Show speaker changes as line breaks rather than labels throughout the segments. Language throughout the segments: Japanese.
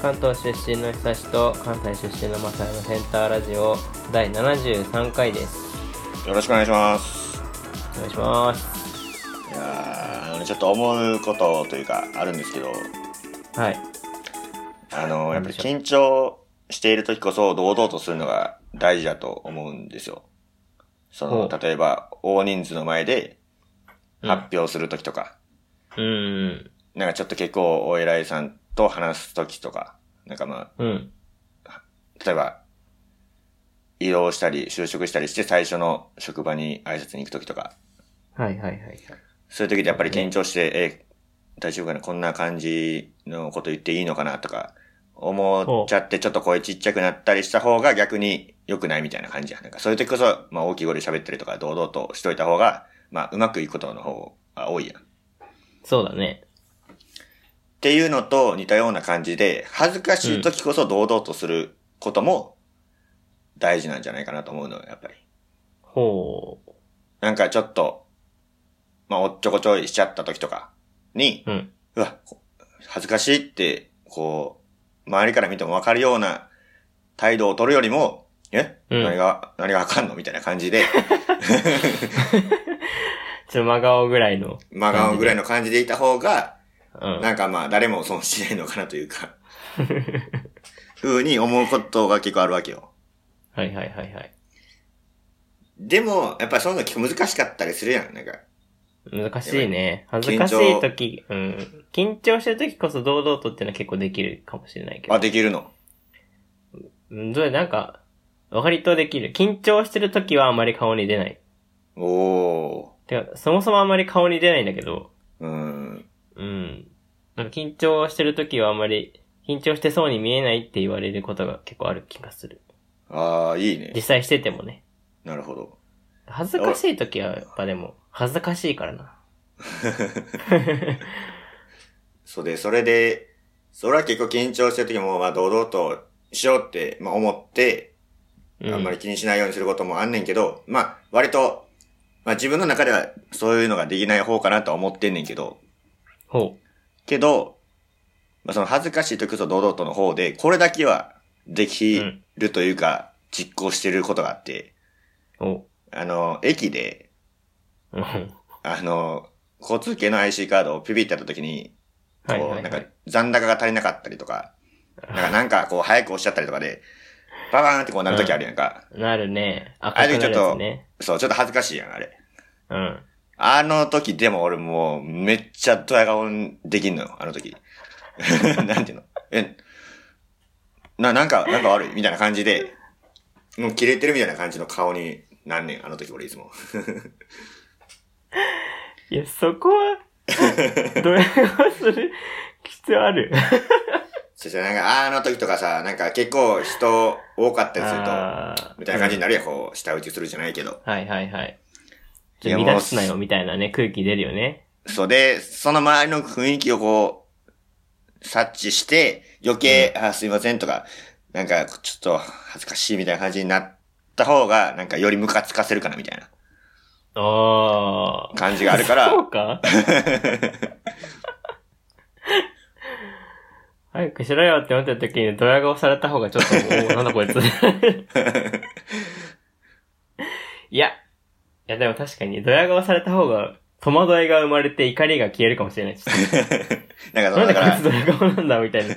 関東出身の久しと関西出身のマサイのセンターラジオ第73回です
よろしくお願いします。
お願いします
いやーあのねちょっと思うことというか、あるんですけど、
はい
あの、やっ
なんで
ぱり
しょう
緊張している時こそ、堂々とするのが大事だと思うんですよ。そ
ほ
の、
う
例えば、大人数の前で
うん
発表する時とか、
うん
なんかちょっと結構お偉いさんと話す時とか、なんかま
うん
あ、例えば、移動したり、就職したりして最初の職場に挨拶に行く時とか、
はいはいはいはい
そういう時ってやっぱり緊張して、え、大丈夫かなこんな感じのこと言っていいのかなとか、思っちゃってちょっと声ちっちゃくなったりした方が逆に良くないみたいな感じや。なんかそういう時こそ、まあ大きい声で喋ったりとか堂々としといた方が、まあうまくいくことの方が多いやん。っ
そうだね
ていうのと似たような感じで、恥ずかしい時こそ堂々とすることも大事なんじゃないかなと思うのよ、やっぱり。
ほ
なんかちょっと、まあおっちょこちょいしちゃった時とかに、
ううん
うわ、こ恥ずかしいって、こう、周りから見てもわかるような態度を取るよりも、え、
うん
何が、何があかんのみたいな感 じで、
ちょ真顔ぐらいの
真顔ぐらいの感じでいた方が、
うん
なんかまあ、誰も損しないのかなというか、ふうに思うことが結構あるわけよ。
はいはいはいはい
でも、やっぱりそういうの結構難しかったりするやん。なんか、
難しいね恥ずかしい時うん緊張してる時こそ堂々とっていうのは結構できるかもしれないけど
あ、できるの。
うんどうなんか割とできる緊張してる時はあまり顔に出ない
おー。
てか、そもそもあんまり顔に出ないんだけど、
うーん。
うん。なんか緊張してる時はあんまり、緊張してそうに見えないって言われることが結構ある気がする。
ああ、いい
実
ね。
際しててもね。
なるほど。
恥ずかしい時はやっぱでも、恥ずかしいからな。
そうで、それで、それは結構緊張してる時も、まあ、堂々としようって、まあ、思って、
うん、
あんまり気にしないようにすることもあんねんけど、まあ、割と、まあ、自分の中ではそういうのができない方かなとは思ってんねんけど、
ほ
けど、まあ、その恥ずかしい時こそ堂々との方で、これだけはできるというか、実行してることがあって、
う。ほ
あの、駅で、
う。うん
あの、交通系の IC カードをピピってやった時に、こ
はいは
う、
い、
なん
は
か
い。
残高が足りなかったり とか、なんかなんかこう早く押しちゃったりとかで、ババーンってこうなる時あるやんか。
なるね。
あ
赤
れ
く
ち
な
ょっ
るや
と
つね。、
そう、ちょっと恥ずかしいやん、あれ。
うん。
あの時でも俺もうめっちゃドヤ顔できんのよ、あの時。 なんていうのえ、な、なんか、なんか悪いみたいな感じで、もう切れてるみたいな感じの顔になんねん、あの時俺いつも。
いや、そこ は、どうやする必要ある。
そしてなんか、あの時とかさ、なんか結構人多かったりすると、
あー
みたいな感じになるやん、こう、舌打ちするじゃないけど。
はいはいはい。
い
ち
や
ょ
もう
乱すなよみたいなね、空気出るよね。
そうで、その周りの雰囲気をこう、察知して、余計、あ、すいませんとか、なんか、ちょっと、恥ずかしいみたいな感じになった方が、なんか、よりムカつかせるかな、みたいな
ああ。
感じがあるから
そ、うか早くしろよって思った時にドヤ顔された方がちょっと、おーなんだこいつ。いや。いやでも確かにドヤ顔された方が戸惑いが生まれて怒りが消えるかもしれない。ちょっ
なんか、
と な
その
んでこ
だか
い
ら
つ、ドヤ顔なんだみたいな。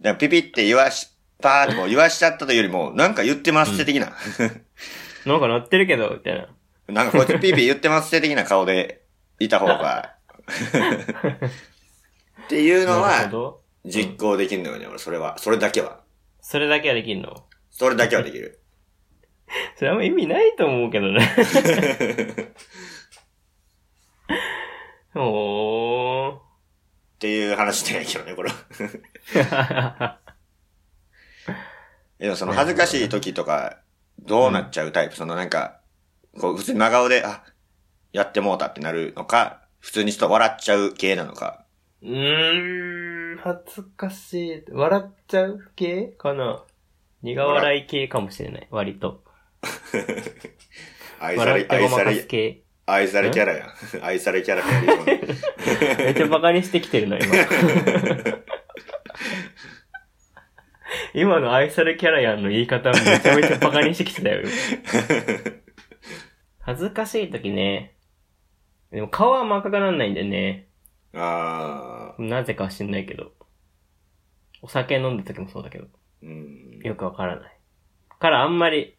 なんかピピって言わし、パーってこう言わしちゃったというよりも、なんか言ってますって的な、
なんか乗ってるけど、みたいな。
なんかこいつピピ言ってますって的な顔でいた方が、っていうの
なるほ
は、
ど。
実行できるのよね、俺、それは。それだけは。
それだけはできんの
それだけはできる。
それあんま意味ないと思うけどね。 おー。
っていう話じゃないけどね、これは。でもその恥ずかしい時とか、どうなっちゃうタイプ、そのなんか、こう普通に真顔で、あ、やってもうたってなるのか、普通にちょっと笑っちゃう系なのか。
うーん、恥ずかしい。笑っちゃう系かな苦笑い系かもしれない、割と。
愛さ
笑
れ
っ、て
愛
ごま
さ
かす
れ、
系。
愛されキャラやん。 愛されキャラやんでしょうね。
めっちゃバカにしてきてるの、今。今の愛されキャラやんの言い方めちゃめちゃバカにしてきてたよ。恥ずかしい時ね。でも顔は真っ赤がなんないんだよね。
ああ、
なぜかは知んないけど。お酒飲んだ時もそうだけど。
うん。
よくわからない。からあんまり、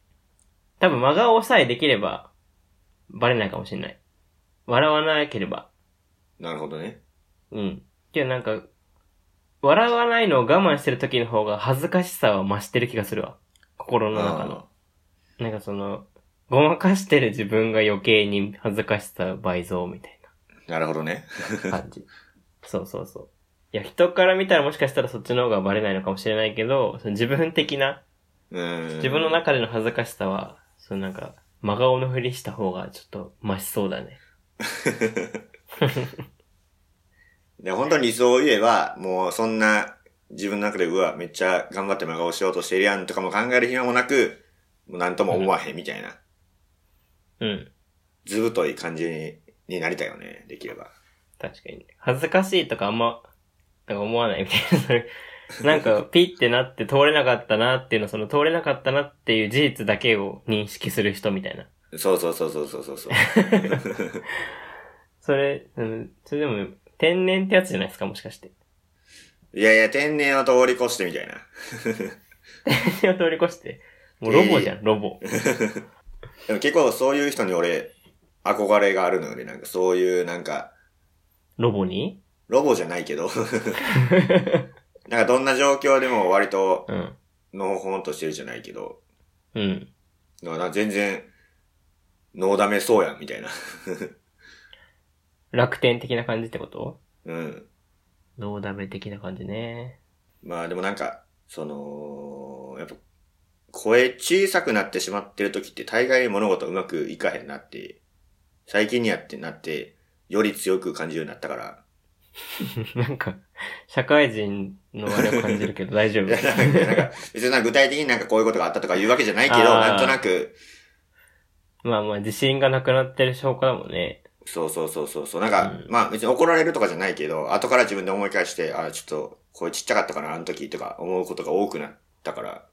多分真顔さえできれば、バレないかもしれない。笑わなければ。
なるほどね。
うん。けどなんか、笑わないのを我慢してる時の方が恥ずかしさは増してる気がするわ。心の中の。なんかその、ごまかしてる自分が余計に恥ずかしさ倍増みたい
あーなるほどね。
な感じ。そうそうそう。いや、人から見たらもしかしたらそっちの方がバレないのかもしれないけど、その自分的な、
うん。
自分の中での恥ずかしさは、そのなんか、真顔のふりした方がちょっとマシそうだね。
で、本当に理想を言えば、もうそんな自分の中で、うわ、めっちゃ頑張って真顔しようとしてるやんとかも考える暇もなく、もうなんとも思わへんみたいな、
うん。
ずぶとい感じにになりたいよね、できれば。
確かにね。恥ずかしいとかあんま、なんか思わないみたいなそれ。なんか、ピってなって通れなかったなっていうの、その通れなかったなっていう事実だけを認識する人みたいな。
そうそうそうそうそうそうそう。
それ、うん、それでも、天然ってやつじゃないですか、もしかして。
いやいや、天然を通り越してみたいな。
天然を通り越して。もうロボじゃん、ロボ。
でも結構そういう人に俺、憧れがあるのよね。なんかそういう、なんか、
ロボに
ロボじゃないけど。なんかどんな状況でも割と、
うん。
のほほんとしてるじゃないけど、
うん。
なんか全然、ノーダメそうやん、みたいな。
楽天的な感じってこと
うん。
ノーダメ的な感じね。
まあでもなんか、その、やっぱ、声小さくなってしまってる時って大概物事うまくいかへんなって、最近にやってなって、より強く感じるようになったから、
なんか、社会人のあれを感じるけど大丈
い
夫
や、。 なんか、なんか別になんか具体的になんかこういうことがあったとか言うわけじゃないけど、
あー
なんとなく、
まあまあ、自信がなくなってる証拠だもんね。
そうそうそうそうそう、なんか、
うん
まあ別に怒られるとかじゃないけど、後から自分で思い返して、あーちょっと、これちっちゃかったかな、あの時とか思うことが多くなったから。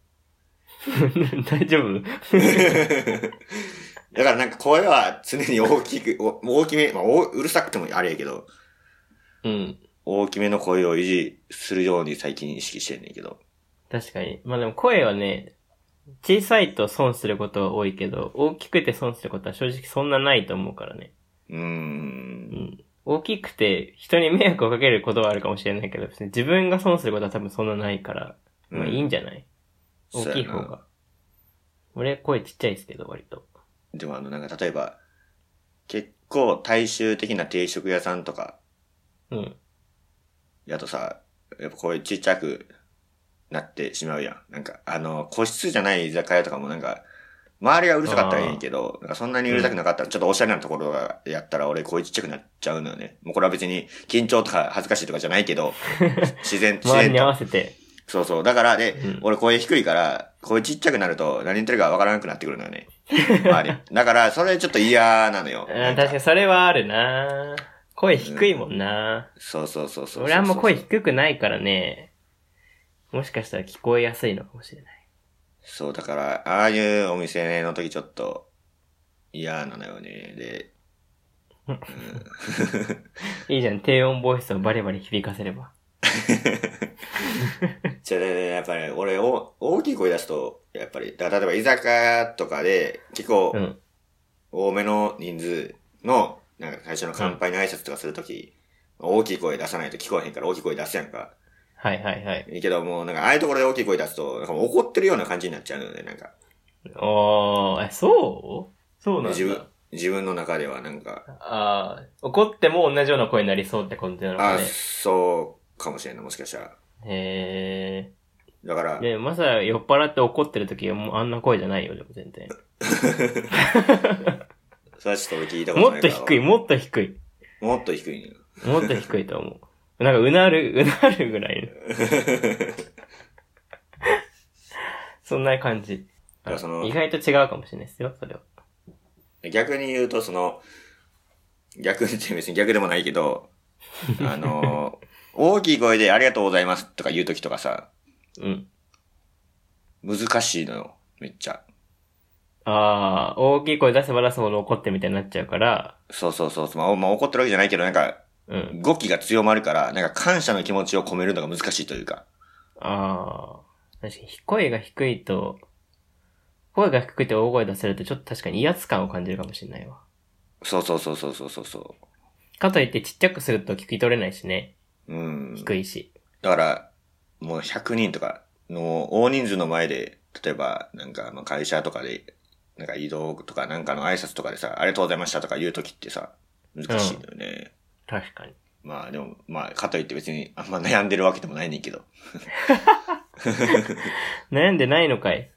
大丈 夫
だからなんか声は常に大きく、お大きめ、まあおうるさくてもあれやけど、
うん。
大きめの声を維持するように最近意識してんねんけど。
確かに。まあでも声はね、小さいと損することは多いけど、大きくて損することは正直そんなないと思うからね。
うー。
うんん。大きくて人に迷惑をかけることはあるかもしれないけど、別に自分が損することは多分そんなないから、まあいいんじゃない、
そう
大
やな
きい方が。俺声ちっちゃいですけど、割と。
でもあの、なんか例えば、結構大衆的な定食屋さんとか、
うん。
やとさ、やっぱ声ちっちゃくなってしまうやん。なんか、あの、個室じゃない居酒屋とかもなんか、周りがうるさかったらいいけど、なんかそんなにうるさくなかったら、ちょっとおしゃれなところがやったら俺声ちっちゃくなっちゃうのよね。もうこれは別に緊張とか恥ずかしいとかじゃない けど、自然、自
周り
然
に合
と。
わせて。
そうそう。だから、で、
うん
俺声低いから、声ちっちゃくなると何言ってるかわからなくなってくるのよね。周 り。だから、それちょっと嫌なのよ。
うん
なん
確かにそれはあるな声低いもんな、
そうそうそうそうそう。
俺あんま声低くないからね、もしかしたら聞こえやすいのかもしれない。
そう、だから、ああいうお店の時ちょっと嫌なのよね。で、
いいじゃん、低音ボイスをバリバリ響かせれば。
じゃあねやっぱり俺お大きい声出すと、やっぱり、だ例えば居酒屋とかで結構
うん。
多めの人数の、なんか最初の乾杯の挨拶とかするとき、大きい声出さないと聞こえへんから大きい声出すやんか。
はいはいはい。
いいけどもうなんかああいうところで大きい声出すと、なんかもう怒ってるような感じになっちゃうので、なんか。
おー、え、そうそうなん
自分
だ。、
自分の中ではなんか、
あー、怒っても同じような声になりそうって感じなの
あ
か
あ、
ね。
そうかもしれんな、もしかしたら。
へ
だから、
ー。ねまさ酔っ払って怒ってる時はもうあんな声じゃないよ、でも全然。
それはちょっと俺聞いたこと
も
な
っ
い
と
から。
低い、もっと低い。
もっと低いね。
もっと低いと思う。なんか、うなる、うなるぐらいの。そんな感じ。
だからその
意外と違うかもしれないですよ、それは。
逆に言うと、その、逆に別に逆でもないけど、あの、大きい声でありがとうございますとか言うときとかさ、
うん。
難しいのよ、めっちゃ。
ああ、大きい声出せば出すほど怒ってみたいになっちゃうから、
そうそうそうそう。まあ、まあ、怒ってるわけじゃないけど、なんか、
うん。
語気が強まるから、なんか感謝の気持ちを込めるのが難しいというか。
ああ、確かに声が低いと、声が低くて大声出せるとちょっと確かに威圧感を感じるかもしれないわ。
そうそうそうそうそうそうそ
かといってちっちゃくすると聞き取れないしね。
う。うん。
低いし。
だから、もう100人とかの大人数の前で、例えば、なんか、まあ会社とかで、なんか移動とかなんかの挨拶とかでさ、ありがとうございましたとか言うときってさ、難しいんだよね。
確かに。
まあでも、まあ、かといって別にあんま悩んでるわけでもないねんけど。
悩んでないのか い。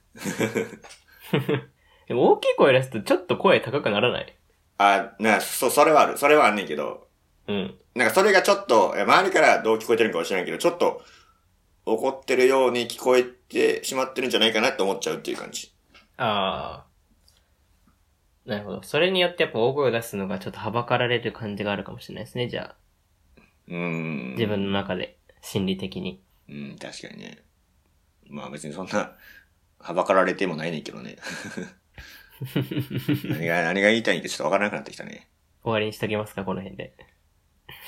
でも大きい声出すとちょっと声高くならない。
あ、な、そう、それはある。それはあんねんけど、
うん。
なんかそれがちょっと、え周りからどう聞こえてるのかもしれないけど、ちょっと怒ってるように聞こえてしまってるんじゃないかなって思っちゃうっていう感じ。
ああ。なるほど。それによってやっぱ大声を出すのがちょっとはばかられる感じがあるかもしれないですね、じゃあ。
うーん。
自分の中で、心理的に。
うん、確かにね。まあ別にそんな、はばかられてもないねんけどね。 何が、何が言いたいんかちょっとわからなくなってきたね。
終わりにしときますか、この辺で。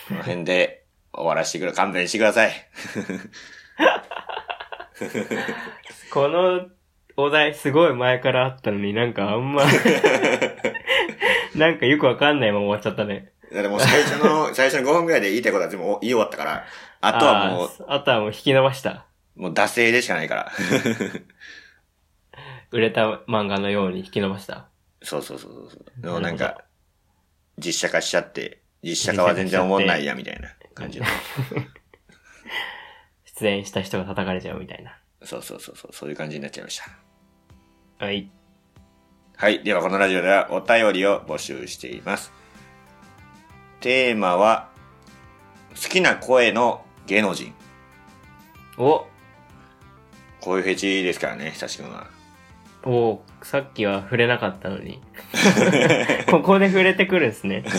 この辺で終わらしてくれ、勘弁してください。
このお題すごい前からあったのになんかあ んま、なんかよくわかんないまま終わっちゃったね。
だってもう最初の、最初の5分くらいで言いたいことは全部お言い終わったから、あとはも
あーあとはもう引き伸ばした。
う、もう惰性でしかないから。
売れた漫画のように引き伸ばした。
そうそうそうそうそう。
な
で
るほ
も
ど
なんか、実写化しちゃって、実写化は全然思んないや、みたいな感じの。
出演した人が叩かれちゃうみたいな。
そうそうそうそう、そういう感じになっちゃいました。
はい。
はい。では、このラジオではお便りを募集しています。テーマは、好きな声の芸能人。
お
こういうフェチですからね、久しくんは。
おーさっきは触れなかったのに。ここで触れてくるんですね。好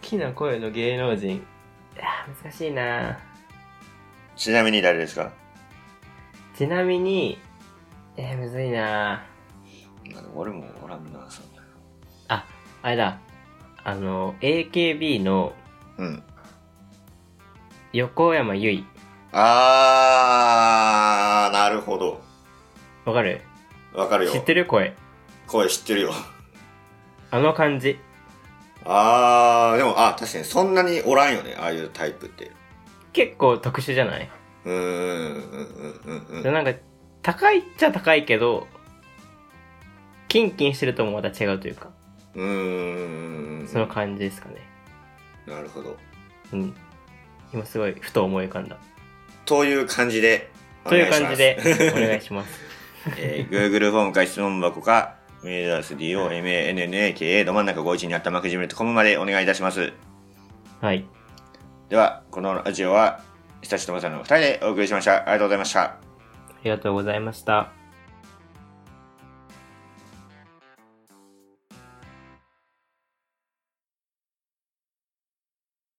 きな声の芸能人。いやー難しいな
ちなみに誰ですか
ちなみに、えー、むずいな
俺もおらんな、そんな。
あれだ。あの、AKB の
うん。
横山由依。
あー、なるほど。
わかる
わかるよ。
知ってる声。
声知ってるよ。
あの感じ。
あー、でも、あ、確かにそんなにおらんよね、ああいうタイプって。
結構特殊じゃないう
ーん、うん、うん、うんう
で
ん。
なんか、高いっちゃ高いけど、キンキンしてるともまた違うというか、
うーん。
その感じですかね。
なるほど。
うん。今すごい、ふと思い浮かんだ。
という感じで。
という感じで
お願いし、
お願いします。
ます。えー Google フォームか質問箱か、メールアドレス DOMANNAKA ど真ん中51にあったまくじめとコムまでお願いいたします。
はい。
では、このラジオは、久しとまさんの2人でお送りしました。ありがとうございました。
ありがとうございました。